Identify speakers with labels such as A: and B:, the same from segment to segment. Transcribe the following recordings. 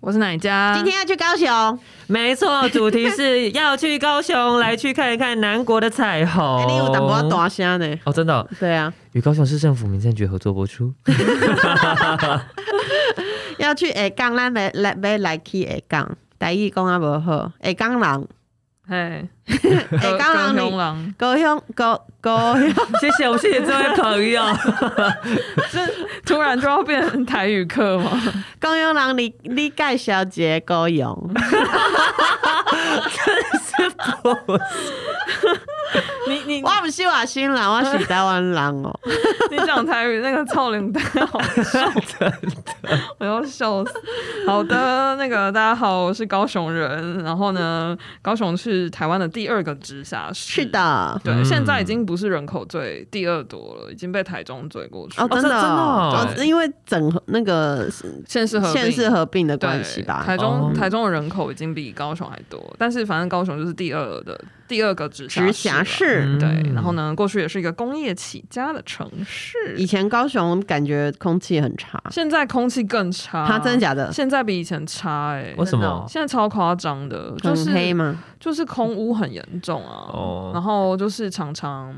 A: 我是奶家，
B: 今天要去高雄，
C: 没错，主题是要去高雄来去看一看南国的彩虹。
B: 哎你有淡薄仔大声呢。
C: 哦，真的哦、
B: 对啊，
C: 与高雄市政府民政局合作播出。
B: 要去下港，咱要来要来去下港，台语讲啊无好，下港 人，
A: 嘿，
B: 下港人
A: 雄
B: 你，
A: 狼，
B: 高雄高高雄，
C: 谢谢，我们谢谢这位朋友。
A: 突然就要变成台语课吗？
B: 高雄人你你介绍一个高雄，
A: 你你
B: 我不是外省人，我是台湾人 哦。
A: 你讲台语那个臭领带好笑，我要笑死。好的，那个大家好，我是高雄人，然后呢，高雄是台湾的第二个直辖市。
B: 是。的，
A: 对，
C: 嗯
A: 现在已经不是人口最第二多了，已经被台中追过去。
B: 哦，真的
C: 真的
B: 哦
C: 哦，
B: 哦因为整合那个
A: 县市合并
B: 县市合并的
A: 对
B: 关系吧。
A: 台中、
C: 哦
A: 台中的人口已经比高雄还多，但是反正高雄就是第二的第二个直
B: 直
A: 辖
B: 辖
A: 市
B: 市。
A: 了。
C: 嗯
A: 对，然后呢，过去也是一个工业起家的城市
B: 以，前高雄感觉空气很差，
A: 现在空气更差，
B: 它真的假的？
A: 现在比以前差哎、
C: 为什
B: 真的哦
C: 么？
A: 现在超夸张的，就
B: 很黑
A: 是
B: 吗？
A: 就是空污很严重啊，
C: 哦
A: 然后就是常常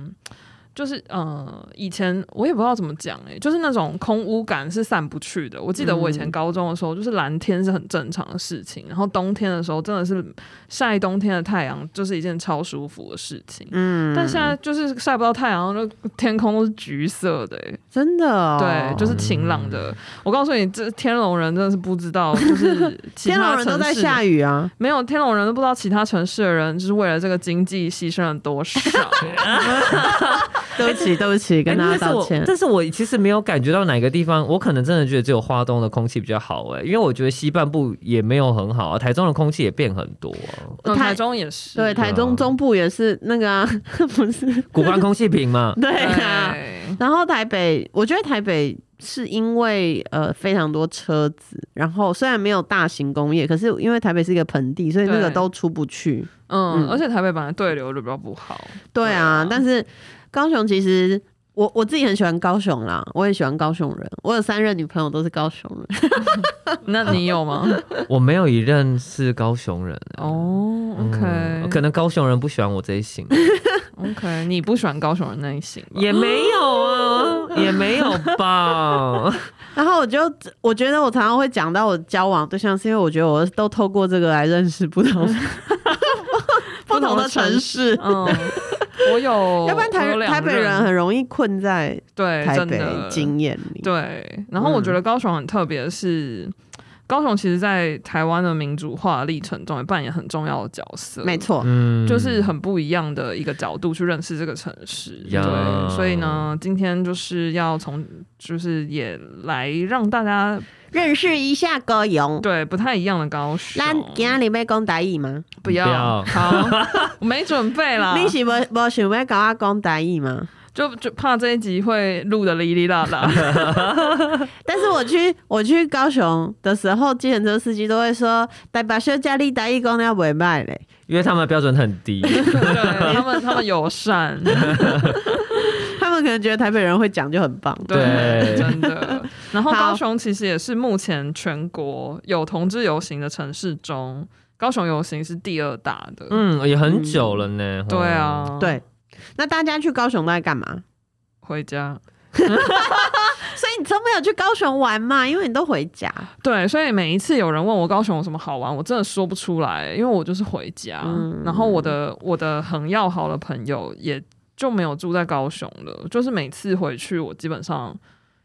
A: 就是呃，以前我也不知道怎么讲哎、就是那种空污感是散不去的。我记得我以
B: 嗯
A: 前高中的时候，就是蓝天是很正常的事情，然后冬天的时候真的是晒冬天的太阳，就是一件超舒服的事情。
B: 嗯，
A: 但现在就是晒不到太阳，就天空都是橘色的、欸，
B: 真的哦，嗯
A: 对，就是晴朗的。我告诉你，这天龙人真的是不知道，就是其
B: 天
A: 他
B: 龙人都
A: 城
B: 在
A: 市
B: 下雨 啊，
A: 没有天龙人都不知道其他城市的人就是为了这个经济牺牲了多 少。
B: 啊对不起，对不起，跟大
C: 哎
B: 家道歉。
C: 但是我但是我其实没有感觉到哪个地方，我可能真的觉得只有花东的空气比较好哎、因为我觉得西半部也没有很好啊，台中的空气也变很多、啊，
A: 嗯
B: 台
A: 台中也是，
B: 对，台中中部也是那个、啊， 不 是。
C: 古关空气瓶 嘛
B: 对
A: 对嗯
B: 啊。然后台北，我觉得台北是因为呃非常多车子，然后虽然没有大型工业，可是因为台北是一个盆地，所以那个
A: 对
B: 都出不去。
A: 嗯
B: 嗯，
A: 而且台北本来对流就比较不 好，
B: 对啊，
A: 对啊
B: 但是高雄其实我我自己很喜欢高雄啦，我也喜欢高雄人，我有三任女朋友都是高雄人，
A: 那你有吗？
B: 嗯
C: 我没有一任是高雄人、欸
A: 哦
C: 嗯
A: ，OK
C: 可能高雄人不喜欢我这一型，
A: OK，你不喜欢高雄人那一 型吧，
C: 也没有 啊，也没有吧。
B: 然后我就我觉得我常常会讲到我交往对象，是因为我觉得我都透过这个来认识 不同不同的城市。
A: 嗯，我有，
B: 要不然台
A: 我有两
B: 台北人
A: 任
B: 很容易困在
A: 对
B: 台
A: 真
B: 北嗯
A: 的
B: 经验里，
A: 对，然后我觉得高雄很特别的是，高雄其实在台湾的民主化历程中也扮演很重要的角色，
B: 没。错，
C: 嗯
A: 就是很不一样的一个角度去认识这个城市，
C: 呀
A: 对，所以呢，今天就是要从，就是也来让大家
B: 认识一下高雄。
A: 对不太一样的高雄，
B: 咱今仔日要讲台语吗？
A: 不要
C: 不要
A: 好，我没准备啦，
B: 你是无无想要跟我讲台语吗？
A: 就就怕这一集会录的哩哩啦 啦，
B: 但是我去我去高雄的时候，计程车司机都会说台北小家里台一公要袂卖嘞。
C: 因为他们的标准很 低，
A: 对他们他们友 善，
B: 他们可能觉得台北人会讲就很棒。
A: 对，
C: 对
A: 真的。然后
B: 好
A: 高雄其实也是目前全国有同志游行的城市中，高雄游行是第二大的。
C: 嗯，也很久了呢。
A: 对啊，，
B: 对，那大家去高雄都在干嘛？
A: 回家。
B: 所以你都没有去高雄玩嘛？因为你都回家。
A: 对，所以每一次有人问我高雄有什么好玩，我真的说不出来，因为我就是回家。
B: 嗯
A: 然后我的我的很要好的朋友也就没有住在高雄了，就是每次回去我基本上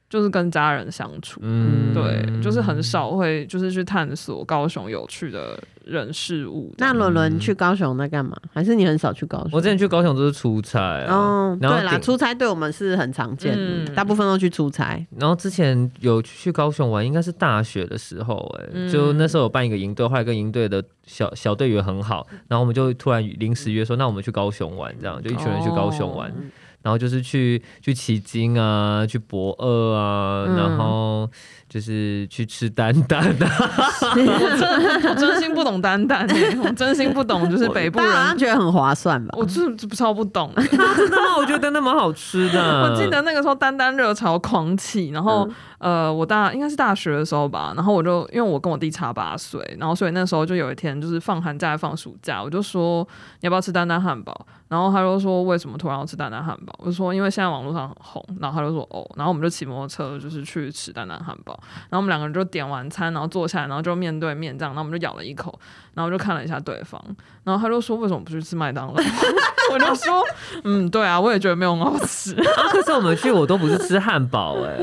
A: 就是跟家人相处。
C: 嗯
A: 对，就是很。少会就是去探索高雄有趣的人事物。
B: 那伦伦去高雄在干嘛？还是你很少去高雄？
C: 我之前去高雄都是出差啊，
B: 哦，
C: 然后
B: 对啦，
C: 顶
B: 出差对我们是很常见的，
A: 嗯
B: 大部分都去出差。
C: 然后之前有去高雄玩，应该是大学的时候、哎、
A: 嗯
C: 就那时候有办一个营队，后来跟营队的小小队员很好，然后我们就突然临时约说，那我们去高雄玩，这样就一群人去高雄玩，
A: 哦
C: 然后就是去去旗津啊，去博二啊，
B: 嗯
C: 然后就是去吃丹丹 啊，
A: 我真心不懂丹丹、欸，我真心不懂，就是北部
B: 大家好像
A: 人，
B: 觉得很划算吧？
A: 我就是超不懂欸、
C: 真的吗？我觉得丹丹蛮好吃 的，
A: 我记得那个时候丹丹热潮狂起，然后、呃，我大应该是大学的时候吧，然后我就因为我跟我弟差八岁，然后所以那时候就有一天就是放寒假放暑假，我就说你要不要吃丹丹汉堡？然后他就说为什么突然要吃丹丹汉堡？我就说因为现在网络上很红，然后他就说哦，然后我们就骑摩托车就是去吃丹丹汉堡，然后我们两个人就点完餐，然后坐下来，然后就面对面这样，然后我们就咬了一口，然后就看了一下对方，然后他就说为什么不去吃麦当劳？ 我就说嗯，对啊，我也觉得没有很好吃。
C: 啊，可是我们去我都不是吃汉堡、哎，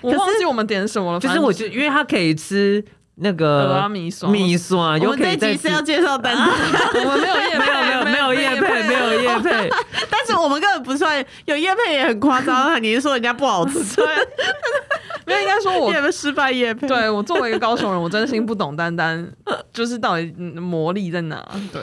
A: 我
B: 可
A: 忘记我们点什么了，
C: 就是
A: 反正
C: 我觉得因为它可以吃那
A: 俄阿
C: 个
A: 米爽，
C: 米酸，
B: 我
C: 又
B: 们
C: 可
B: 这一
C: 以再啊
B: 集
C: 吃
B: 是要介绍丹丹，
A: 我 们没有夜配，
C: 没有没有没有叶配，没有叶配，
B: 但是我们根本不算有叶配也很夸张，啊你是说人家不好吃，
A: 没有应该说我
B: 叶配失败叶配？，
A: 对我作为一个高雄人，我真心不懂丹丹就是到底嗯魔力在哪。对，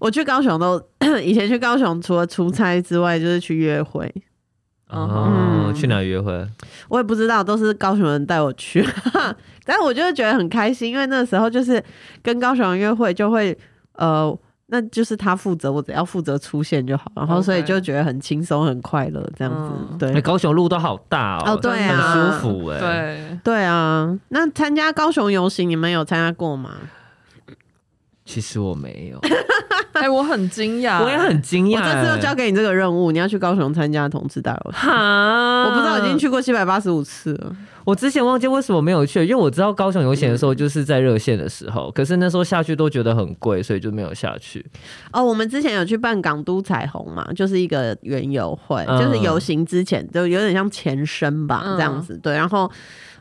B: 我去高雄都 以前去高雄除了出差之外，就是去约会，
C: 哦，
B: 嗯
C: 去哪约会？
B: 我也不知道，都是高雄人带我去， 但我就是觉得很开心，因为那时候就是跟高雄人约会就会呃。那就是他负责，我只要负责出现就好，然后
A: OK
B: 所以就觉得很轻松、很快乐这样子。
A: 嗯
C: 哎，
B: 对，
C: 高雄路都好大哦，
B: 哦对啊
C: 很舒服哎。，
A: 对，
B: 对啊。那参加高雄游行，你们有参加过吗？
C: 其实我没有，
A: 哎，我很惊讶，
C: 我也很惊
B: 我
C: 讶哎。
B: 这次就交给你这个任务，你要去高雄参加同志大游行。
C: 哈，
A: 嗯
B: 我不知道，已经，去过七百八十五次了。
C: 我之前忘记为什么没有去，因为我知道高雄游行的时候就是在热线的时候，可是那时候下去都觉得很贵，所以就没有下去。
B: 哦，我们之前有去办港都彩虹嘛，就是一个园游会，
C: 嗯
B: 就是游行之前，就有点像前身吧，
A: 嗯
B: 这样子。对，然后，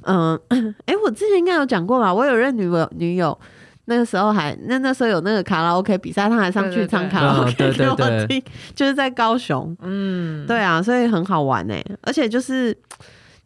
B: 嗯、哎、我之前应该有讲过吧，我有任女友女友。那个时候还那那时候有那个卡拉 OK 比赛，她还上去
A: 对对对
B: 唱卡拉
C: 嗯
B: OK
C: 对对
B: 给我
C: 对
B: 听，就是在高雄。
A: 嗯，
B: 对啊，所以很好玩哎、而且就是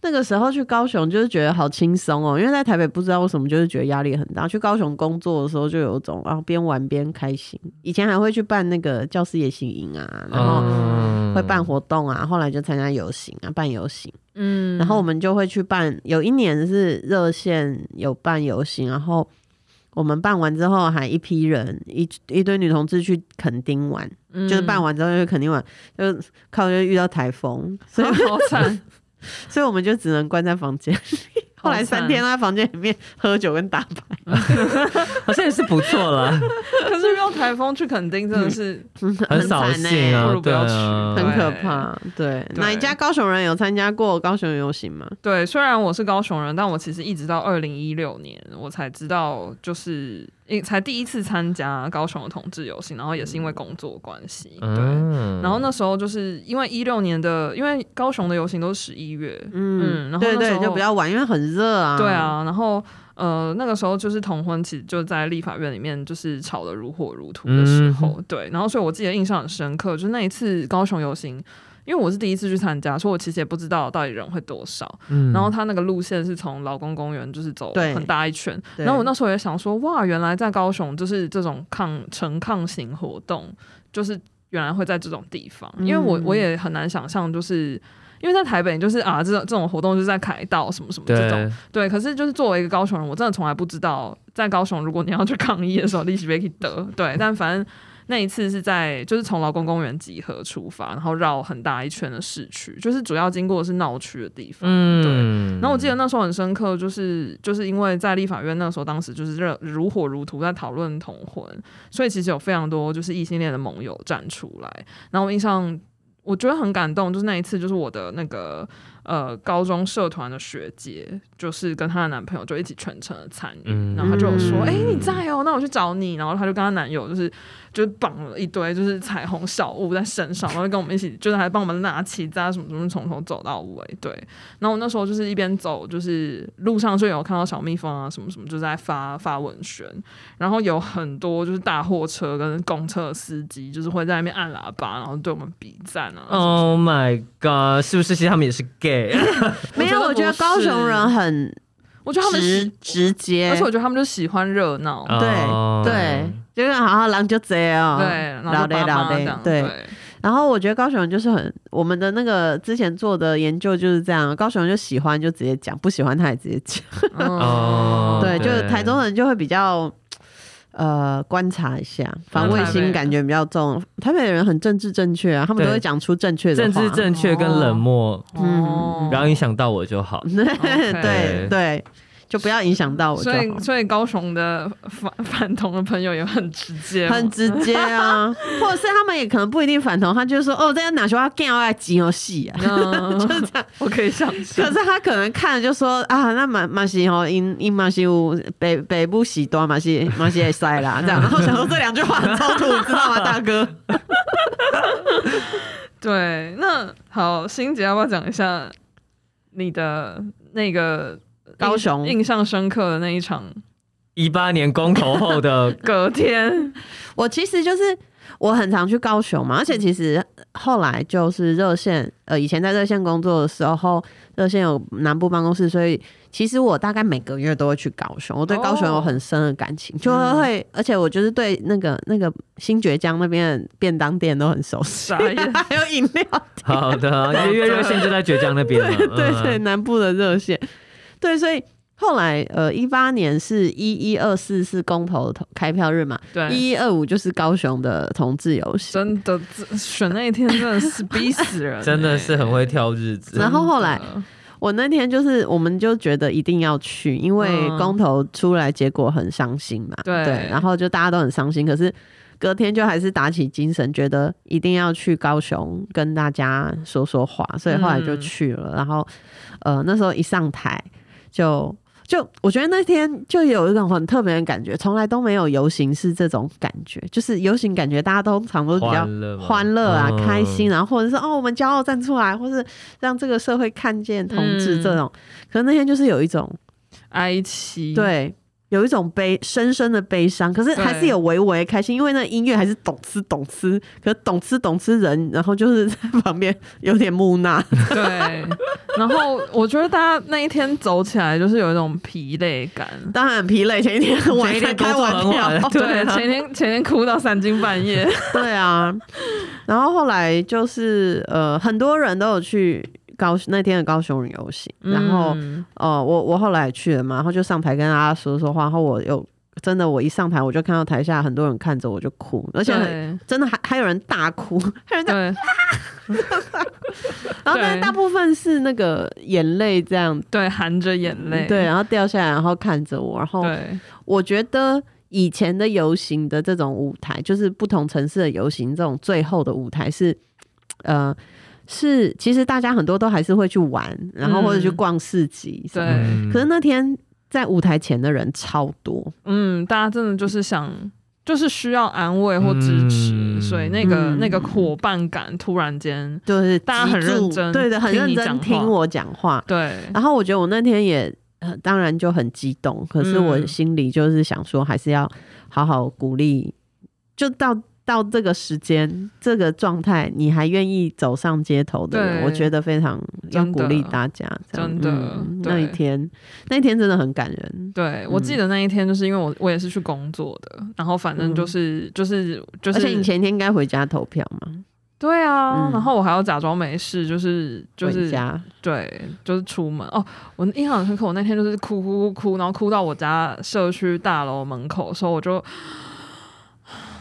B: 那个时候去高雄，就是觉得好轻松哦，因为在台北不知道为什么就是觉得压力很大。去高雄工作的时候，就有一种啊边玩边开心。以前还会去办那个教师夜行营啊，然
A: 哦
B: 后
C: 嗯
B: 会办活动啊，后来就参加游行啊，办游行。
A: 嗯，
B: 然后我们就会去办，有一年是热线有办游行，然后我们办完之后，还一批人一一堆女同志去垦丁玩。就是
A: 嗯
B: 办完之后就肯定晚，就靠就遇到台风，所以
A: 嗯， 好惨，
B: 所以我们就只能关在房间。 后来三天都在房间里面喝酒跟打牌，
C: 好像也是不错啦，
A: 可是遇到台风去垦丁真的是
C: 很
B: 很
C: 扫
B: 惨
C: 兴
B: 欸
A: 不
C: 啊，
A: 如不
C: 对
A: 要
C: 啊
A: 去
B: 很可怕。对，
A: 对
B: 哪一家高雄人有参加过高雄游行吗？
A: 对，虽然我是高雄人，但我其实一直到二零一六年，我才知道，就是一才第一次参加高雄的同志游行，然后也是因为工作关系，对。
C: 嗯
A: 然后那时候就是因为一六年的，因为高雄的游行都是十一月，嗯，然后
B: 对
A: 那时
B: 对，
A: 候
B: 就比较晚，因为很热啊。
A: 对，啊，然后呃，那个时候就是同婚，其实就在立法院里面就是吵得如火如荼的时候，对。然后所以我记得印象很深刻，就是那一次高雄游行，因为我是第一次去参加，所以我其实也不知道到底人会多少。
C: 嗯
A: 然后他那个路线是从劳工公园就是走
B: 对
A: 很大一圈，
B: 对
A: 然后我那时候也想说，哇，原来在高雄就是这种抗城抗型活动，就是原来会在这种地方，因为我
B: 嗯
A: 我也很难想象，就是因为在台北就是啊，这种这种活动就是在凯道什么什么这种，
C: 对，
A: 对，可是就是作为一个高雄人，我真的从来不知道，在高雄如果你要去抗议的时候，利息被以得。 对，但反正那一次是在就是从劳工公园集合出发，然后绕很大一圈的市区，就是主要经过的是闹区的地方。对。
C: 嗯，
A: 然后我记得那时候很深刻，就是就是因为在立法院那时候，当时就是热如火如荼在讨论同婚，所以其实有非常多就是异性恋的盟友站出来。然后我印象我觉得很感动，就是那一次，就是我的那个呃高中社团的学姐，就是跟她的男朋友就一起全程的参与，
C: 嗯
A: 然后她就有说：“
B: 嗯
A: 哎、你在哦，那我去找你。”然后她就跟她男友就是就是绑了一堆就是彩虹小物在身上，然后就跟我们一起就是还帮我们拿旗子啊什么什么，从头走到尾。对，然后我那时候就是一边走，就是路上就有看到小蜜蜂啊什么什么，就在发发文宣，然后有很多就是大货车跟公车司机，就是会在那边按喇叭，然后对我们比赞啊。
B: 嗯
C: Oh my god！是不是其实他们也是 gay？
B: 没有，我觉得
A: 不
B: 高雄
A: 是
B: 人很
A: 我觉得他们
B: 直
A: 喜，
B: 直接，啊
A: 而且我觉得他们就喜欢热闹，
C: 哦
B: 对对，就是好好狼就贼哦，
A: 对，然后
B: 老
A: 就
B: 的
A: 爸
B: 老
A: 妈这
B: 的
A: 样，
B: 对。
A: 对，
B: 然后我觉得高雄人就是很，我们的那个之前做的研究就是这样，高雄人就喜欢就直接讲，不喜欢他也直接讲。
A: 嗯，
C: 哦
B: 对，
C: 对
B: 就是台中人就会比较呃观察一下，防卫心感觉比较重。台北人很政治正确啊，他们
C: 对
B: 都会讲出正确的
C: 政
B: 话。
C: 治正确跟冷漠，
B: 嗯
A: 哦，
C: 不要影响到我就
B: 哦
C: 好。
A: OK
B: 对对，就不要影响到我就
A: 所以，
B: 好。
A: 所以高雄的反反同的朋友也很直接哦嘛，
B: 很直接啊， 或者是他们也可能不一定反同，他就是说哦，这样哪时候要 g 要来集游戏啊？
A: 嗯，
B: 就是这样。
A: 我可以想
B: 可
A: 象
B: 是。他可能看了就说啊，那马马西吼，因因马西有北北部喜多马西马西也塞 啦，这样。然后想说这两句话很冲突，你知道吗，大哥？
A: 对，那好，欣姐要不要讲一下你的那个印
B: 高雄
A: 印象深刻的那一场？
C: 一八年公投 后的
A: 隔天，
B: 我其实就是我很常去高雄嘛，而且其实后来就是热线，呃，以前在热线工作的时候，热线有南部办公室，所以其实我大概每个月都会去高雄，我对高雄有很深的感情，就会，而且我就是对那个那个新爵江那边的便当店都很熟悉，
A: 傻眼
B: 还有饮料
C: 好的，因为月热线就在倔强那边嘛。
B: 对对对，
C: 嗯
B: 南部的热线，对，所以后来呃，一八年是一一二四是公投的投开票日嘛，
A: 对，
B: 一一二五就是高雄的同志游行，
A: 真的这选那一天真的是逼死 人、
C: 真的是很会挑日
A: 欸。
C: 子
B: 然。后后来
A: 真的
B: 我那天就是，我们就觉得一定要去，因为
A: 嗯
B: 公投出来结果很伤心嘛，
A: 对
B: 然后就大家都很伤心，可是隔天就还是打起精神，觉得一定要去高雄跟大家说说话，所以后来就去了。然后呃，那时候一上台就。就我觉得那天就有一种很特别的感觉，从来都没有游行是这种感觉，就是游行感觉大家通常都比较
C: 欢乐嘛，
B: 欢乐啊、
C: 嗯
B: 开心，然后或者是哦，我们骄傲站出来，或是让这个社会看见同志
A: 嗯
B: 这种。可是那天就是有一种
A: 哀戚，，
C: 嗯
B: 对，有一种悲深深的悲伤，可是还是有微微开心，因为那音乐还是懂吃懂吃，可是懂吃懂吃人，然后就是在旁边有点木讷，
A: 对， 然后我觉得大家那一天走起来就是有一种疲累 感。
B: 当然很疲累，前一天很晚
C: 前一天
B: 才开
C: 工作
B: 完
C: 很晚
B: 票，
A: 对，
B: 啊
A: 前天前天哭到三更半夜。
B: 对啊，然后后来就是呃，很多人都有去高那天的高雄人游行， 然后。
A: 嗯
B: 哦，我我后来也去了嘛，然后就上台跟大家说说话，然后我有真的我一上台我就看到台下很多人看着我就哭，而且
A: 对
B: 真的还还有人大哭，还有人在，
A: 对
B: 然后但
A: 对
B: 是大部分是那个眼泪这样，
A: 对，含着眼泪，
B: 对，然后掉下来，然后看着我，然后
A: 对，
B: 我觉得。以前的游行的这种舞台，就是不同城市的游行，这种最后的舞台是，呃，是其实大家很多都还是会去玩，然后或者去
A: 嗯
B: 逛市集什么的
A: 对
C: 嗯
B: 可是那天在舞台前的人超多，
A: 嗯，大家真的就是想，就是需要安慰或支持，
C: 嗯
A: 所以那个、
B: 嗯
A: 那个伙伴感突然间，
B: 就是
A: 大家很
B: 集住
A: 认真
B: 对对，很
A: 听
B: 认
A: 你
B: 真
A: 讲话
B: 听我讲话。
A: 对，
B: 然后我觉得我那天也、呃当然就很激动，可是我
A: 嗯
B: 心里就是想说，还是要好好鼓励。就到到这个时间、这个状态，你还愿意走上街头的人，
A: 对
B: 我觉得非常要
A: 真的
B: 鼓励大家。这
A: 真
B: 样
A: 的
B: 嗯
A: 对
B: 那一天，那一天真的很感人。
A: 对，我记得那一天就是因为我我也是去工作的，然后反正就是、就是就是，
B: 而且你前一天应该回家投票嘛，
A: 对啊，
B: 嗯
A: 然后我还要假装没事，就是就
B: 回
A: 是
B: 家
A: 对，就是出门哦。我印象很深刻，我那天就是哭哭哭哭，然后哭到我家社区大楼门口的时候，我就，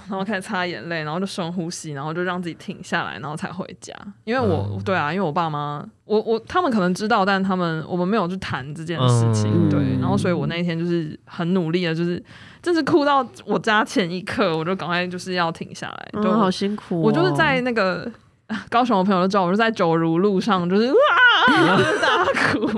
A: 然后开始擦眼泪，然后就深呼吸，然后就让自己停下来，然后才回家。因为我、
C: 嗯
A: 对啊，因为我爸妈，我我他们可能知道，但他们我们没有去谈这件事情，
C: 嗯
A: 对。然后所以我那一天就是很努力的，就是真是哭到我家前一刻，我就赶快就是要停下来，
B: 嗯，
A: 对，
B: 好辛苦哦、
A: 我就是在那个 高雄的朋友都知道，我是在九如路上，就是哇，就是大哭，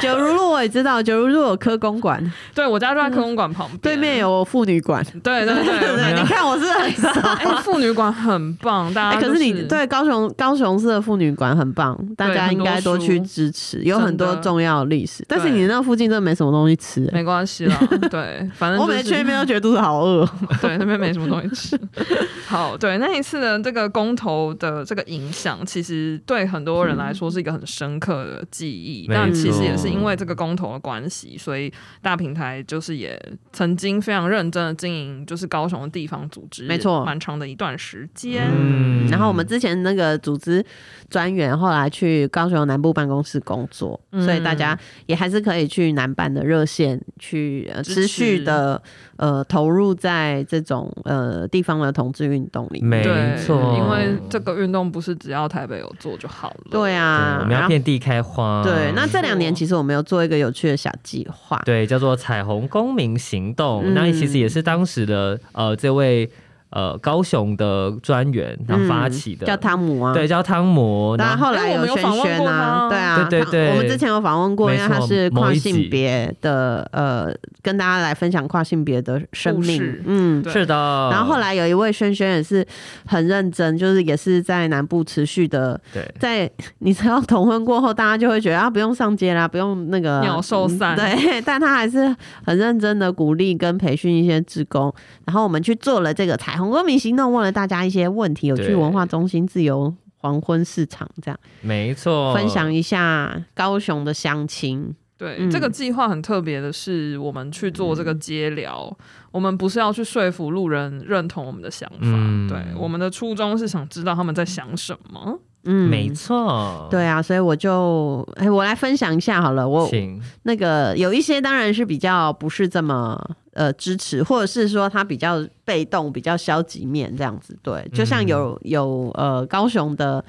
B: 九如路我也知道，九如路有科工 馆，
A: 对我家就在科公馆旁边，
B: 对面有妇女馆。
A: 对，对对 对
B: 对，你看我是很熟。
A: 哎，妇女馆很棒，大
B: 哎、
A: 家、
B: 可是你对高雄高雄市的妇女馆很棒，大
A: 对
B: 家
A: 很
B: 应
A: 多
B: 该多
A: 书
B: 去支持，有很多
A: 真的
B: 重要的历史。但是
A: 对
B: 你那附近真的没什么东西吃、哎
A: 没关系啦，对，反正、就是、
B: 我每次去那边都觉得肚子好饿哦。
A: 对，那边没什么东西吃。 好，对那一次的这个公投的这个影响，其实对很多人来说是一个很深刻的记忆。
C: 嗯没
A: 但其实
B: 错
A: 也是因为这个公投的关系，所以大平台就是也曾经非常认真的经营，就是高雄的地方组织，
B: 没错
A: 蛮长的一段时间。
C: 嗯
B: 然后我们之前那个组织专员后来去高雄南部办公室工作，
A: 嗯
B: 所以大家也还是可以去南办的热线去、呃、
A: 支
B: 持续
A: 持
B: 的呃投入在这种呃地方的同志运动里面。
C: 没
A: 对，
C: 错，
A: 因为这个运动不是只要台北有做就好了。
B: 对
C: 对
B: 啊，
C: 我们要
B: 然后
C: 遍地开花。
B: 对。那这两年
A: 错
B: 其实我们有做一个有趣的小计划，
C: 对，叫做彩虹公民行动。
B: 嗯
C: 那其实也是当时的呃这位呃高雄的专员他发起
B: 嗯
C: 的，
B: 叫汤姆啊，
C: 对，叫汤姆。
B: 但
C: 然后
B: 后来
A: 哎我们有
B: 轩
A: 访问
B: 轩
A: 过
B: 啊，
A: 他哦
B: 对啊，
C: 对对
B: 他
C: 对
B: 我们之前有访问过，
C: 没
B: 因为他
C: 错
B: 是
C: 某
B: 跨
C: 一集
B: 性别的，呃，跟大家来分享跨性别的生
A: 故
B: 命
A: 事，
B: 嗯。
A: 对
C: 是的，
B: 然后后来有一位轩轩也是很认真，就是也是在南部持续的，
C: 对。
B: 在你知道同婚过后，大家就会觉得啊不用上街啦，不用那个
A: 鸟兽
B: 嗯
A: 散
B: 对， 但他还是很认真的鼓励跟培训一些职工，然后我们去做了这个彩虹公民行动，问了大家一些问题，有去
C: 对
B: 文化中心自由黄昏市场这样。
C: 没
A: 哦
C: 错，
B: 分享一下高雄的乡亲，
A: 对，
B: 嗯
A: 这个计划很特别的是，我们去做这
C: 嗯
A: 个街聊，我们不是要去说服路人认同我们的想法，
C: 嗯
A: 对，我们的初衷是想知道他们在想什么。
B: 嗯，
C: 没错，
B: 对啊，所以我就哎、我来分享一下好了。我
C: 请
B: 那个有一些当然是比较不是这么呃支持，或者是说他比较被动、比较消极面这样子。对，就像有、有呃高雄的。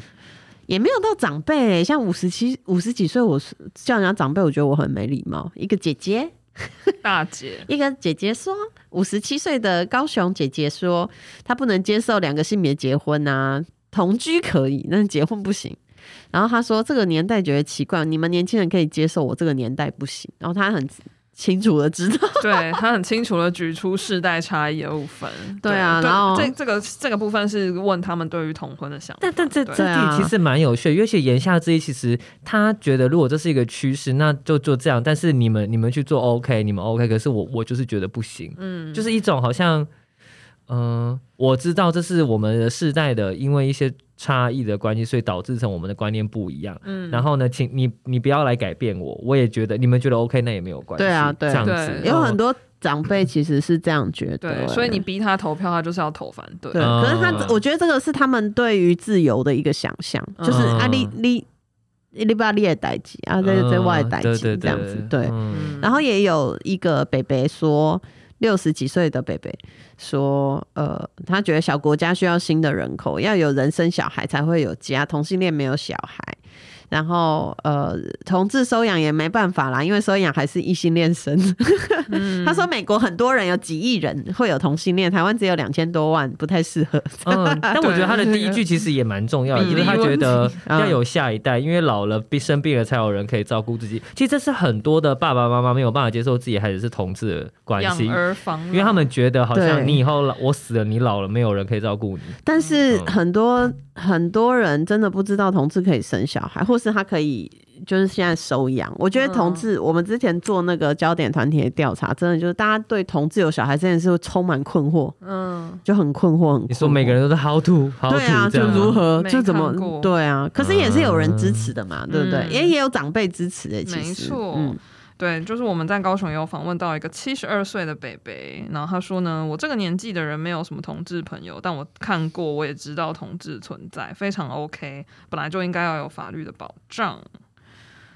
B: 也没有到长辈、像五十七、五十几岁，我是叫人家长辈，我觉得我很没礼貌。一个姐姐，
A: 大姐，
B: 一个姐姐说，五十七岁的高雄姐姐说，她不能接受两个性别结婚啊，同居可以，但是结婚不行。然后她说，这个年代觉得奇怪，你们年轻人可以接受，我这个年代不行。然后她很清楚的知道，
A: 对她很清楚的举出世代差异的部分。
B: 对啊然后
A: 这这个这个部分是问他们对于同婚的想法。
C: 但但这
A: 对
C: 这
B: 对啊
C: 题其实蛮有趣的，因为其实言下之意，其实他觉得如果这是一个趋势，那就就这样。但是你们你们去做 OK，你们 OK，可是我我就是觉得不行，
A: 嗯，
C: 就是一种好像，嗯、我知道这是我们的世代的，因为一些差异的关系，所以导致成我们的观念不一样。
A: 嗯
C: 然后呢，请你你不要来改变我，我也觉得你们觉得 OK，那也没有关系。
B: 对啊对
C: 这样子嗯
A: 对
B: 有很
C: 多
B: 多长辈其实是这样觉得、
A: 对，所以你逼他投票，他就是要投反对。
B: 对，
C: 嗯
B: 可是他，我觉得这个是他们对于自由的一个想象，就是
C: 嗯嗯
B: 啊，你你你把你的代志啊，在在外的代
C: 对
B: 志
C: 对
B: 这样子，对
C: 对。嗯
B: 然后也有一个北北说，六十几岁的北北说，呃，他觉得小国家需要新的人口，要有人生小孩才会有家，同性恋没有小孩。然后，呃，同志收养也没办法啦，因为收养还是异性恋生。 他说，美国很多人有几亿人会有同性恋，台湾只有两千多万，不太适合。
C: 嗯，但我觉得他的
A: 对
C: 第一句其实也蛮重要的，
A: 比
C: 就是
A: 例
C: 他觉
A: 问
C: 得
B: 嗯
C: 要有下一代，因为老了必生病了才有人可以照顾自己。其实这是很多的爸爸妈妈没有办法接受自己孩子是同志的关
A: 养
C: 系，
A: 儿防老，
C: 因为他们觉得好像
B: 对
C: 你以后老我死了，你老了没有人可以照顾你。
B: 但是
C: 嗯
B: 很多、很多人真的不知道同志可以生小孩，或是他可以就是现在收养。我觉得同
A: 嗯
B: 志，我们之前做那个焦点团体的调查，真的就是大家对同志有小孩这件事会充满困惑，
A: 嗯，
B: 就很困惑，很困惑
C: 你说每个人都是 how to how to
B: 对啊，
C: 这
B: 就
C: 样
B: 如
C: 啊，
B: 何
A: 没
B: 就怎
A: 看过
B: 么对啊，可是也是有人支持的嘛，对不对？
A: 嗯
B: 也也有长辈支持的，其
A: 没
B: 实，嗯
A: 错对，就是我们在高雄也有访问到一个七十二岁的北北，然后他说呢，我这个年纪的人没有什么同志朋友，但我看过，我也知道同志存在，非常 OK，本来就应该要有法律的保障，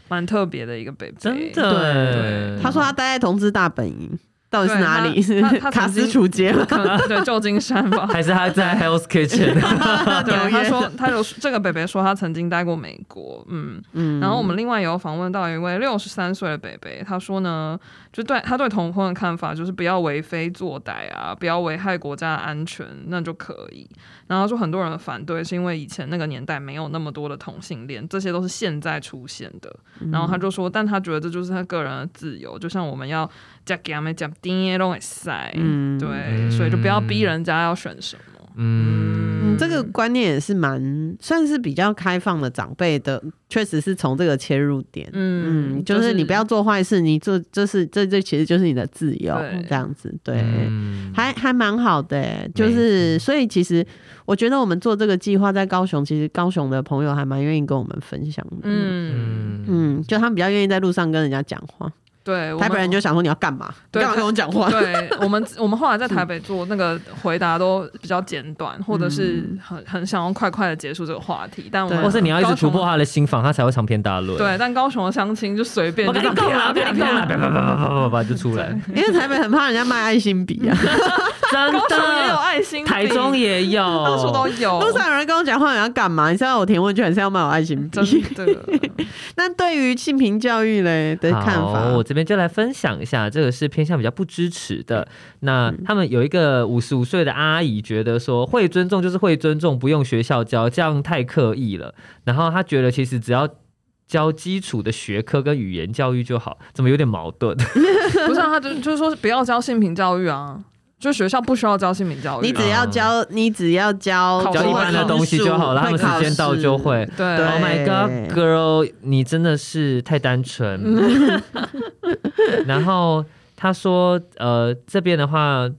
A: 蛮特别的一个北北，
C: 真
B: 对
C: 的欸，
B: 他说他待在同志大本营，到底是
A: 对
B: 哪里？是
A: 他他他
B: 卡
A: 曾
B: 斯
A: 经
B: 楚街吗？
A: 可能 对旧金山吧。
C: 还是他在 Hell's Kitchen？
A: 对，他
B: 纽约
A: 说他有这个北北说他曾经待过美国，嗯嗯。然后我们另外也有访问到一位六十三岁的北北，他说呢，就对他对同婚的看法就是不要为非作歹啊，不要危害国家的安全，那就可以。然后他说很多人反对是因为以前那个年代没有那么多的同性恋，这些都是现在出现的。
B: 嗯
A: 然后他就说，但他觉得这就是他个人的自由，就像我们要加给他们讲丁耶都会塞，
B: 嗯
A: 对，所以就不要逼人家要选什么。
C: 嗯，
B: 嗯，这个观念也是蛮算是比较开放的长辈的，确实是从这个切入点。嗯，就是你不要做坏事，你做这是这这其实就是你的自由
A: 对，
B: 这样子对。
C: 嗯
B: 还还蛮好的欸、就是所以其实我觉得我们做这个计划在高雄，其实高雄的朋友还蛮愿意跟我们分享的。嗯
A: 嗯，
B: 嗯，就他们比较愿意在路上跟人家讲话。
A: 对，我
B: 台北
A: 们
B: 人就想说你要干嘛？
A: 对
B: 干嘛跟我讲话？
A: 对我们我们后来在
B: 嗯
A: 台北做那个回答都比较简短，或者是
B: 嗯
A: 很很想要快快的结束这个话题，但我们
C: 或是你要一直突破
A: 高
C: 他的心房，他才会长篇大论。
A: 雄。对，但高雄的相亲就随便
C: 我跟你
A: 就
C: 讲啦，
A: 啪
C: 跟你讲啦，
A: 啪
C: 叭叭叭叭叭叭叭就出来，
B: 因为台北很怕人家卖爱心笔啊，
C: 真
A: 高雄也有
C: 的，
A: 爱心，
C: 台中也有，
A: 到处都有，
B: 路上有人跟我讲话，你要干嘛？你是要我填问卷，还是要卖我爱心笔？
A: 真的。
B: 那对于性平教育嘞的看
C: 好我
B: 法，
C: 这边就来分享一下，这个是偏向比较不支持的。那他们有一个五十五岁的阿姨，觉得说会尊重就是会尊重，不用学校教，这样太刻意了。然后她觉得其实只要。教基础的学科跟语言教育就好，怎么有点矛盾？
A: 不是、啊，他就就是说不要教性平教育啊，就学校不需要教性平教育、啊，
B: 你只要教，你只要教
A: 考
C: 教一
A: 试
C: 般的东西就好了，他
B: 会
C: 们
B: 考
C: 时间到
B: 试
C: 就会。
A: 对
C: Oh my
B: 对
C: god, girl，你真的是太单纯。然后他说，呃，这边的话，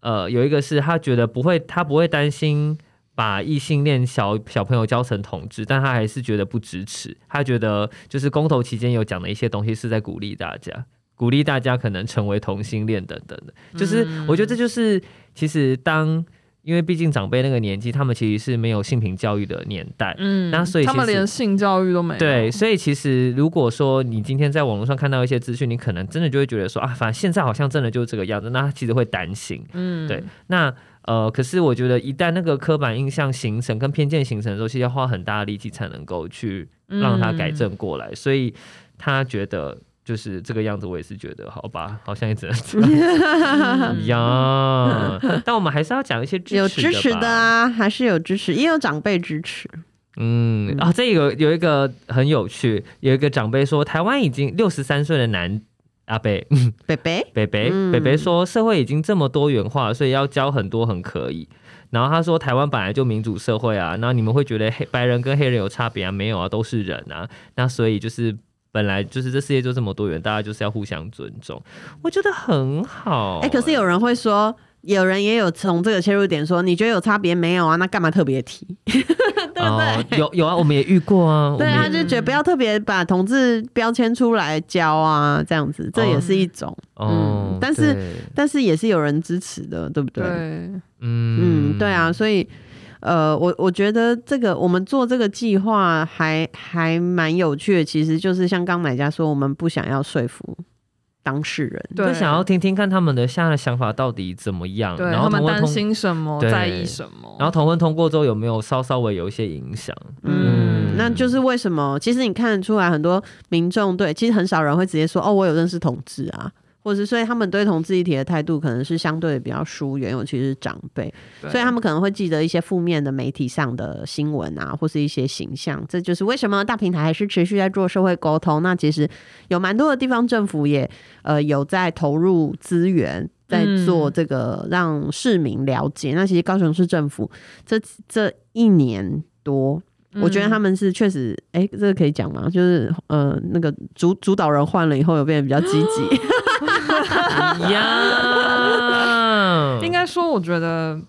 C: 呃，有一个是他觉得不会，他不会担心把异性恋小小朋友教成同志，但他还是觉得不支持。他觉得就是公投期间有讲的一些东西是在鼓励大家。鼓励大家可能成为同性恋等等的，就是我觉得这就是其实当因为毕竟长辈那个年纪，他们其实是没有性平教育的年代，
A: 嗯，
C: 那所以
A: 他们
C: 其实
A: 连性教育都没有，
C: 对，所以其实如果说你今天在网络上看到一些资讯，你可能真的就会觉得说啊，反正现在好像真的就是这个样子，那他其实会担心。
A: 嗯，
C: 对那呃，可是我觉得一旦那个刻板印象形成跟偏见形成的时候，其实要花很大的力气才能够去
A: 嗯，
C: 让他改正过来，所以他觉得。就是这个样子，我也是觉得，好吧，好像也只能这
B: 嗯
A: 嗯
C: 样呀。但我们还是要讲一些支持的
B: 有支持的
C: 吧
B: 啊，还是有支持，也有长辈支持。
C: 嗯啊，这有有一个很有趣，有一个长辈说，台湾已经六十三岁的男阿伯
B: 北北，
C: 北北
B: 嗯
C: 北北说，社会已经这么多元化，所以要教很多很可以。然后他说，台湾本来就民主社会啊，那你们会觉得黑白人跟黑人有差别啊？没有啊，都是人啊。那所以就是本来就是这世界就这么多元，大家就是要互相尊重。我觉得很好、
B: 哎、可是有人会说，有人也有从这个切入点说，你觉得有差别没有啊？那干嘛特别提？
C: 对不对？有有啊，我们也遇过啊。我
B: 对，
C: 们也
B: 他就觉得不要特别把同志标签出来教啊，这样子，这也是一种，
C: 哦、
B: 嗯但是
C: 对
B: 但是也是有人支持的，对不对？
A: 对，
C: 嗯
B: 嗯，对啊，所以。呃，我我觉得这个我们做这个计划还还蛮有趣的，其实就是像刚奶家说，我们不想要说服当事人，
A: 对
C: 就想要听听看他们的现在的想法到底怎么样，
A: 对
C: 然后
A: 他们
C: 同婚
A: 担
C: 通，
A: 心什么，
C: 对
A: 在意什么，
C: 然后同婚通过之后有没有稍稍微有一些影响？
B: 嗯
C: 嗯，
B: 那 就是为什么？其实你看得出来，很多民众对，其实很少人会直接说哦，我有认识同志啊，或者是所以他们对同志议题的态度可能是相对比较疏远，尤其是长辈，
A: 对
B: 所以他们可能会记得一些负面的媒体上的新闻啊，或是一些形象。这就是为什么大平台还是持续在做社会沟通。那其实有蛮多的地方政府也呃有在投入资源。在做
A: 嗯
B: 这个让市民了解，那其实高雄市政府这这一年多，我
A: 嗯
B: 觉得他们是确实，哎、这个可以讲吗？就是呃，那个主主导人换了以后，有变得比较积 极。
C: 呀，
A: 应该说，我觉得。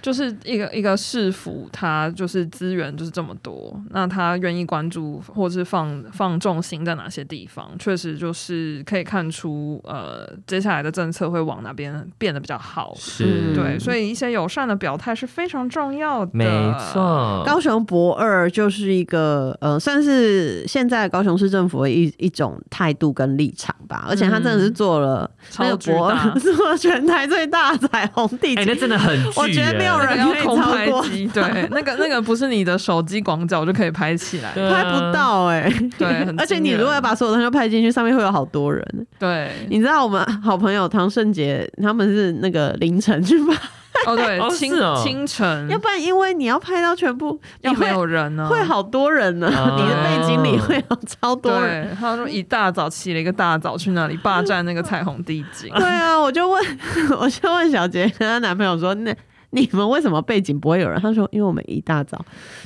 A: 就是一个一个市府，它就是资源就是这么多，那他愿意关注或是放放重心在哪些地方，确实就是可以看出，呃，接下来的政策会往哪边变得比较好。
B: 嗯
C: 是，
A: 对，所以一些友善的表态是非常重要的。
C: 没，错，
B: 高雄博二就是一个呃，算是现在高雄市政府的一一种态度跟立场吧，而且他真的是做了、那
A: 嗯超
B: 个
A: 巨
B: 博
A: 大
B: 二， 做了全台最大的彩虹地景，
C: 哎、那真的很巨、
B: 我觉得没有
A: 那个
C: 哎
B: 人
A: 要
B: 可以
A: 空
B: 超
A: 拍
B: 过
A: 机，对，那个那个不是你的手机广角就可以拍起来，
C: 对
B: 拍
C: 啊
B: 不到哎、
A: 嗯 对很
B: 而且
A: 惊
B: 你如果
A: 人
B: 要把所有东西都拍进去，上面会有好多人。
A: 对，
B: 你知道我们好朋友唐圣杰他们是那个凌晨去拍，
A: 哦对，
C: 哦
A: 清
C: 是哦
A: 清晨
B: 要不然因为你要拍到全部，你
A: 嗯要
B: 会
A: 没有人啊呢，
B: 会好多人呢、
C: 哦
B: 你的背景里会有超多人。
A: 对，他说一大早起了一个大早去那里霸占那个彩虹地
B: ，
A: 景
B: 对啊，我就问， 我就问小杰跟她男朋友说，那你们为什么背景不会有人？他说，因为我们一大早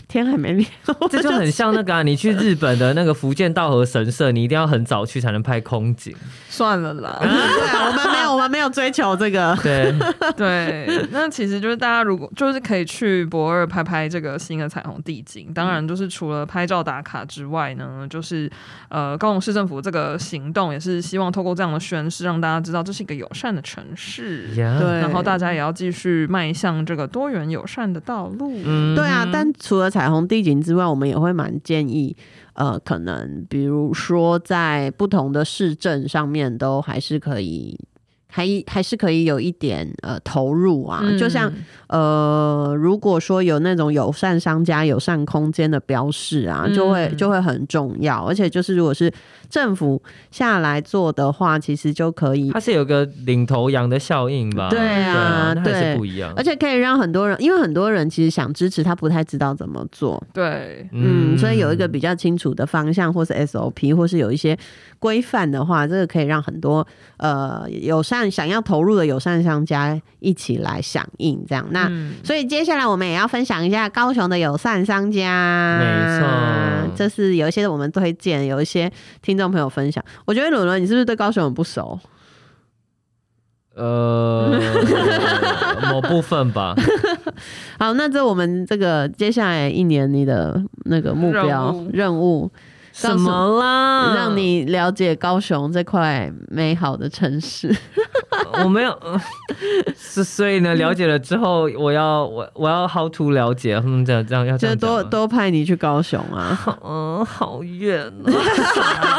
B: 天还没亮，我
C: 这就很像那个、啊，你去日本的那个福建道和神社，你一定要很早去才能拍 空景。
A: 算了啦。
B: 对啊，我们没 有，我们没有追求这个。
C: 对，
A: 对，那其实就是大家如果就是可以去博二拍拍这个新的彩虹地景，当然就是除了拍照打卡之外呢，就是呃高雄市政府这个行动也是希望透过这样的宣示，让大家知道这是一个友善的城市。
C: 呀
B: 对
A: 然后大家也要继续迈向这个多元友善的道路。
C: 嗯
B: 对啊，但除了彩虹地景之外，我们也会蛮建议，呃，可能比如说在不同的市政上面，都还是可以，还还是可以有一点呃投入啊。就像
A: 嗯
B: 呃，如果说有那种友善商家、友善空间的标示啊，就会
A: 嗯
B: 就会很重要。而且就是如果是政府下来做的话，其实就可以
C: 它是有个领头羊的效应吧？
B: 对啊
C: 啊，那还
B: 对
C: 是不一样
B: 而。且可以让很多人，因为很多人其实想支持，他不太知道怎么做。
A: 对，
B: 嗯，所以有一个比较清楚的方向，或是 SOP，或是有一些规范的话，这个可以让很多呃友善想要投入的友善商家一起来响应。这样，那、
A: 嗯
B: 所以接下来我们也要分享一下高雄的友善商家，
C: 没错
B: 这是有一些我们推荐，有一些听众朋友分享。我觉得伦伦，你是不是对高雄很不熟？
C: 呃某部分吧，
B: 好，那这我们这个接下来一年你的那个目标
A: 任务
B: 任务
C: 什么啦？
B: 让你了解高雄这块美好的城 市。
C: 我没有，呃 是所以呢，了解了之后，我要我我要 how to 了解，嗯，这样这样要这
B: 就
C: 样讲
B: 多
C: 吗
B: 多派你去高雄 啊，
C: 嗯，好远哦。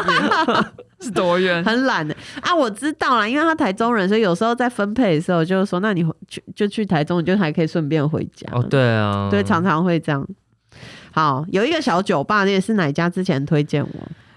A: 是多远？
B: 很懒的啊，我知道啦，因为他台中人，所以有时候在分配的时候就是说，那你回去就去台中，你就还可以顺便回家。
C: 哦，对啊，
B: 对，常常会这样。好，有一个小酒吧，那也是哪一家之前推荐我？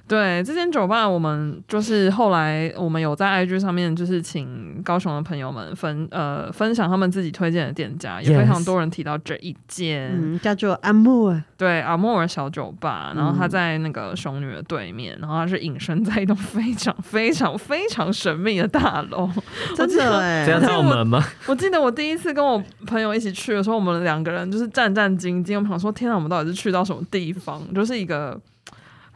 A: 对，这间酒吧我们就是后来我们有在 IG 上面，就是请高雄的朋友们分呃分享他们自己推荐的店家，也
C: Yes
A: 非常多人提到这一间。
B: 嗯，叫做安木啊，
A: 对，阿莫尔小酒吧，然后它
B: 嗯
A: 在那个熊女的对面，然后它是隐身在一栋非常非常非常神秘的大楼。
B: 真的哎、
C: 这样
A: 在
C: 照
A: 我
C: 门吗？
A: 我记得我第一次跟我朋友一起去的时候，我们两个人就是战战兢兢，我们想说：天哪，我们到底是去到什么地方？就是一个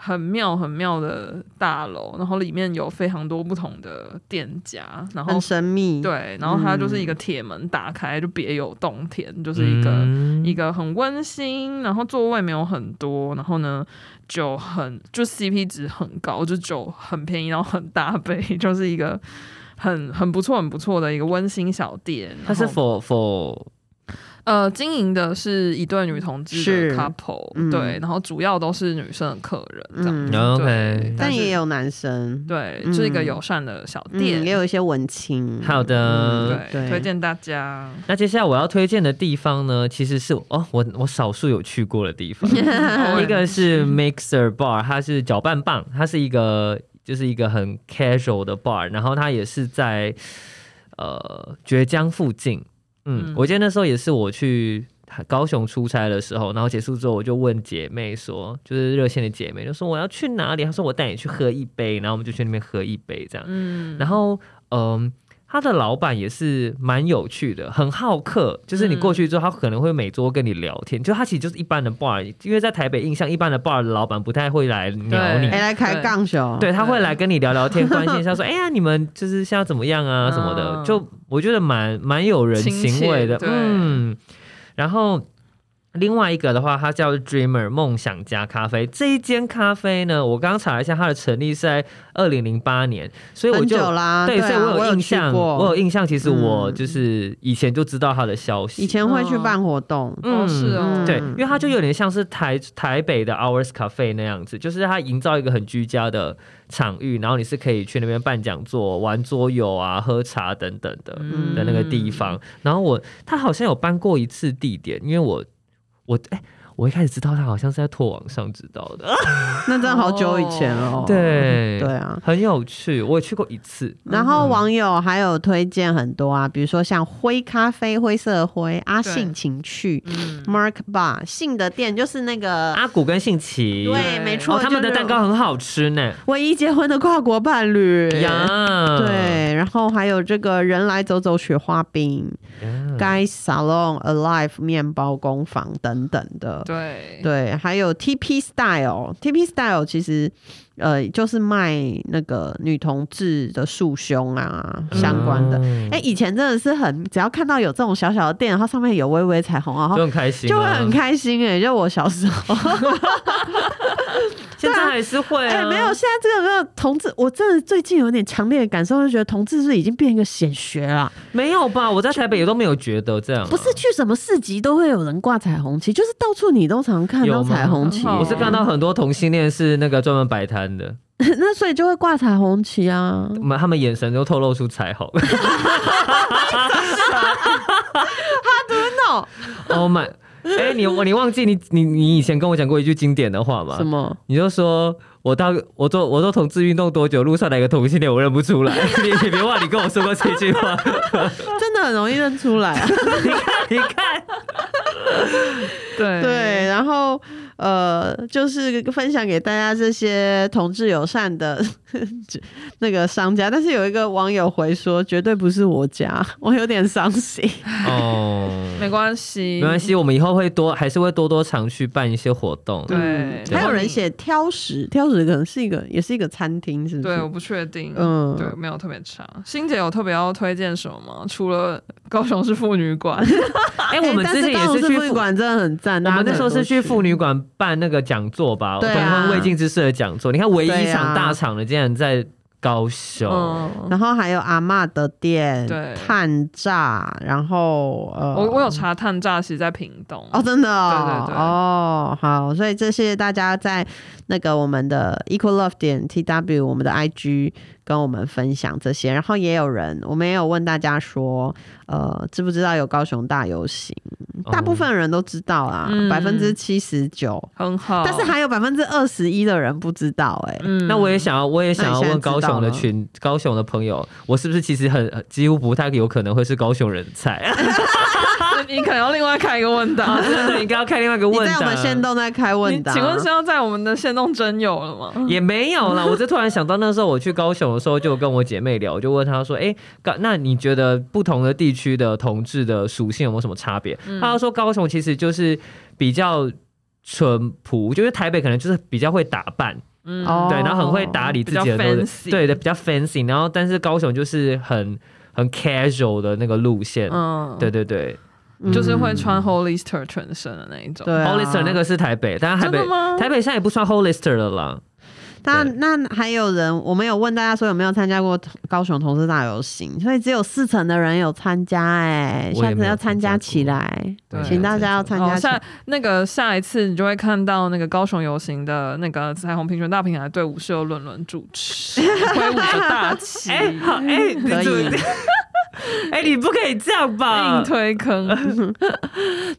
A: 很妙很妙的大楼，然后里面有非常多不同的店家，然后
B: 很神秘。，
A: 对，然后它就是一个铁门打开，就别有洞天，就是一个、
C: 嗯
A: 一个很温馨，然后座位没有很多，然后呢酒很就 CP 值很高，就酒很便宜，然后很大杯， 就是一个很很不错很不错的一个温馨小店。
C: 它是
A: 然后
C: 否否
A: 呃经营的是一对女同志
B: 是
A: 的 couple，、
B: 嗯
A: 对，然后主要都是女生的客人这样。
B: 嗯，
C: 哦 OK？
B: 但
A: 是
B: 也有男生，
A: 对，
B: 嗯
A: 是一个友善的小
B: 嗯，
A: 店，
B: 也有一些文青。嗯
C: 好的，
A: 对，
B: 对
A: 推荐大家。
C: 那接下来我要推荐的地方呢，其实是哦，我我少数有去过的地 方，
A: 嗯
C: 一个是 Mixer Bar，它是搅拌棒，它是一个就是一个很 casual 的 bar，然后它也是在呃绝江附近。嗯，
A: 嗯
C: 我记得那时候也是我去高雄出差的时候，然后结束之后我就问姐妹说，就是热线的姐妹就说我要去哪里，她说我带你去喝一杯，然后我们就去那边喝一杯这样。
A: 嗯，
C: 然后嗯。他的老板也是蛮有趣的，很好客。就是你
B: 嗯
C: 过去之后，他可能会每桌跟你聊天。就他其实就是一般的 bar，因为在台北印象，一般的 bar 的老板不太会来鸟你
B: 哎、。来开
A: 对
B: 杠手，
C: 对，他会来跟你聊聊天，关心 一下，说：“哎呀，你们就是现在怎么样啊？什么的。
A: 嗯
C: 就我觉得蛮蛮有人情味的
A: 亲切，对
C: 嗯。然后另外一个的话，它叫 Dreamer 梦想家咖啡。这一间咖啡呢，我刚刚查了一下，它的成立是在二零零八年，所以我
B: 很
C: 就
B: 久啦，
C: 对，
B: 啊
C: 所以
B: 我
C: 有印
B: 去
C: 象，
B: 过
C: 我有印象。其实我
B: 嗯
C: 就是以前就知道它的消息，
B: 以前会去
A: 嗯
B: 办活动，
A: 哦是哦
B: 嗯
C: 对，因为它就有点像是台台北的 Hours Cafe 那样子，就是它营造一个很居家的场域，然后你是可以去那边办讲座、玩桌游啊、喝茶等等的
B: 嗯
C: 的那个地方。然后我他好像有搬过一次地点，因为我我哎、我一开始知道他好像是在拓网上知道的，
B: 那真的好久以前哦了。
C: 哦对
B: 哦对啊，
C: 很有趣，我也去过一次。
B: 然后网友还有推荐很多啊，比如说像灰咖啡、灰色的灰、阿
A: 对
B: 信情趣、
A: 嗯，
B: Mark Bar、信的店，就是那个、
C: 阿古跟信奇，
B: 对，没错、
C: 哦，他们的蛋糕，很好吃呢，
B: 唯一结婚的跨国伴侣。
C: 呀，
B: 对，然后还有这个人来走走雪花饼、
C: 呀
B: Guy Salon、Alive 面包工坊等等的。
A: 对，
B: 对，还有 TP Style，TP Style 其实呃就是卖那个女同志的束胸啊相关的。
C: 嗯
B: 哎、以前真的是很，只要看到有这种小小的店，然后上面有微微彩虹，然后
C: 就很开心、啊，
B: 就会很。开心哎、就我小时候，
C: 现在还是会、
B: 哎、
C: 啊
B: 没有，现在这个没有同志，我真的最近有点强烈的感受，就觉得同志是已经变一个显学了，
C: 没有吧？我在台北也都没有觉得这样啊、
B: 不是去什么市集都会有人挂彩虹旗，就是到处你都常看到
C: 有吗
B: 彩虹 旗、
A: 很好
C: 我是看到很多同性恋是那个专门摆摊的，
B: 那所以就会挂彩虹旗啊。
C: 我们他们眼神都透露出 彩虹。
B: no，
C: Oh my！哎、你我你忘记你你你以前跟我讲过一句经典的话吗
B: 什？么？
C: 你就说我到我做我做同志运动多久，路上哪个同性恋我认不出来。 你你别忘，你跟我说过这句 话。
B: 真的很容易认出来、 啊。
C: 你看，
A: 对
B: 对，然后呃，就是分享给大家这些同志友善的 那个商家，但是有一个网友回说，绝对不是我家，我有点伤心。
C: 哦，
A: 没关系，
C: 没关，系，我们以后会多还是会多多常去办一些活动。
A: 对，
B: 嗯还有人写挑食，挑食可能是一个，也是一个餐厅，是不
A: 对，我
B: 是？
A: 不确定，
B: 嗯
A: 对，没有特别差。欣姐有特别要推荐什么吗？除了高雄市妇女馆，
C: 哎、
B: 哎
C: 我们
B: 但
C: 之前也
B: 高雄市
C: 去
B: 妇女馆真的很赞，
C: 我
B: 大
C: 们
B: 家
C: 那时候
B: 可以
C: 是
B: 多
C: 去妇女馆办那个讲座吧，
B: 对
C: 同
B: 啊
C: 婚未竟之事的讲座。你看，唯一一场
B: 对啊
C: 大场的竟然在高雄，
A: 嗯，
B: 然后还有阿嬷的店、
A: 对
B: 炭炸，然后
C: 嗯
B: 呃，
A: 我我有查探诈其实在屏东，
B: 哦，真的哦，
A: 对对对
B: 哦，好，所以这谢谢大家在那个我们的 equal love 点 tw 我们的 IG 跟我们分享这些，然后也有人我们也有问大家说，呃，知不知道有高雄大游行？
C: 哦
B: 大部分人都知道啦，
A: 嗯哦
B: 百分之七十九，
A: 很好，
B: 但是还有百分之二十一的人不知道、欸，
A: 嗯
C: 那我也想要，我也想要问高雄的群，高雄的朋友，我是不是其实很几乎不太有可能会是高雄人 才？哦
A: 你可能要另外开一个问 答。
C: 真的，你刚刚看另外一个
B: 你
C: 问
B: 在我们
C: 啊答
B: 线。动在开问啊
A: 你
B: 答，
A: 请问是要在我们的线动真有了吗？
C: 也没 有啦，我就突然想到那时候我去高雄的时候，就有跟我姐妹聊，我就问她说：“哎、高那你觉得不同的地区的同志的属性有没有什么差别？”
A: 嗯
C: 她就说高雄其实就是比较淳朴，就是台北可能就是比较会打扮，
A: 嗯
B: 哦
C: 对，然后很会打理自己的
A: 比较
C: 东
A: fancy
C: 西，对的，比较 fancy。然后但是高雄就是很很 casual 的那个路线，
A: 嗯
C: 对对对。
B: 嗯
A: 就是会穿 Hollister 全身的那一种。
B: 对、啊、
C: Hollister 那个是台北，但是台北
A: 真的吗
C: 台北现在也不穿 Hollister 了啦。
B: 那
C: 对
B: 那还有人，我们有问大家说有没有参加过同高雄同事大游行，所以只有四成的人有参加、哎，
C: 我也
B: 下次
C: 没有
B: 要参加
C: 参加
B: 起来，
A: 对
B: 请大家要参
A: 哦，
B: 加起来。
A: 下那个下一次你就会看到那个高雄游行的那个彩虹平权大平台队伍是由伦伦主持，挥舞着大旗，
C: 哎、好，哎、你
B: 可
C: 怎么
B: 以
C: 哎、你不可以这样吧
A: 硬？推坑，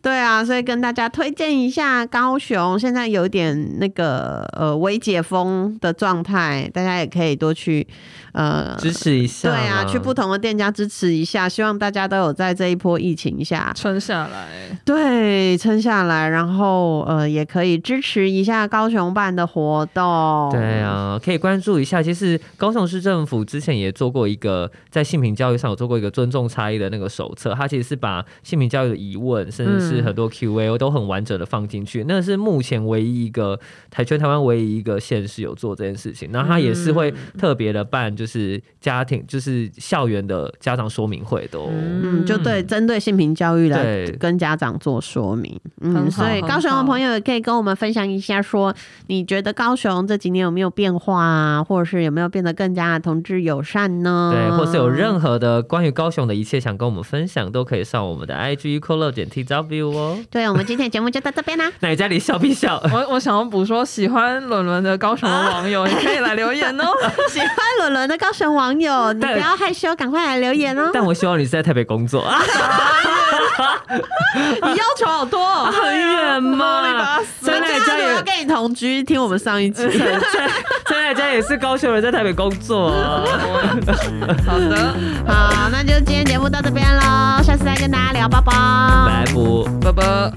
B: 对啊，所以跟大家推荐一下高雄，现在有点那个呃微解封的状态，大家也可以多去呃
C: 支持一下
B: 对
C: 啦，
B: 啊，去不同的店家支持一下，希望大家都有在这一波疫情下
A: 撑下 来。
B: 对，撑下来，然后呃，也可以支持一下高雄办的活动。
C: 对，啊啊，可以关注一下。其实高雄市政府之前也做过一个在性平教育上有做过一个尊重差异的那个手册，它其实是把性平教育的疑问，甚至是很多 Q&A 都很完整的放进去。那是目前唯一一个台全台湾唯一一个县市有做这件事情，然后它也是会特别的办就是家庭就是校园的家长说明会的、哦。
B: 嗯，就对，针对性平教育来
C: 对
B: 跟家长做说明。嗯，
A: 很好
B: 所以
A: 很
B: 高雄的
A: 好
B: 朋友也可以跟我们分享一下说，你觉得高雄这几年有没有变化啊，或者是有没有变得更加同志友善呢？
C: 对，或是有任何的关于高雄的一切想跟我们分享，都可以上我们的 IG colo 点 tw 哦。
B: 对，我们今天的节目就到这边啦。
C: 那你家里笑必笑，
A: 嗯我我想要补说，喜欢伦伦的高雄的网 友，也可以来留言哦。
B: 喜欢伦伦的高雄网友，你不
C: 但
B: 要害羞，赶快来留言哦。
C: 但我希望你是在台北工作啊，
B: 你要求好多、哦，
C: 很远
A: 啰里
C: 嘛
A: 吧，
B: 所
C: 在
B: 以
C: 那
B: 大
C: 家
B: 家如果要
C: 也
B: 跟你同居，听我们上一 集。
C: 在那家也是高雄人，在台北工作啊、
A: 好 的，
B: 好，那就今天节目到这边喽，下次再跟大家聊，拜拜。
C: 白不。
A: 拜拜。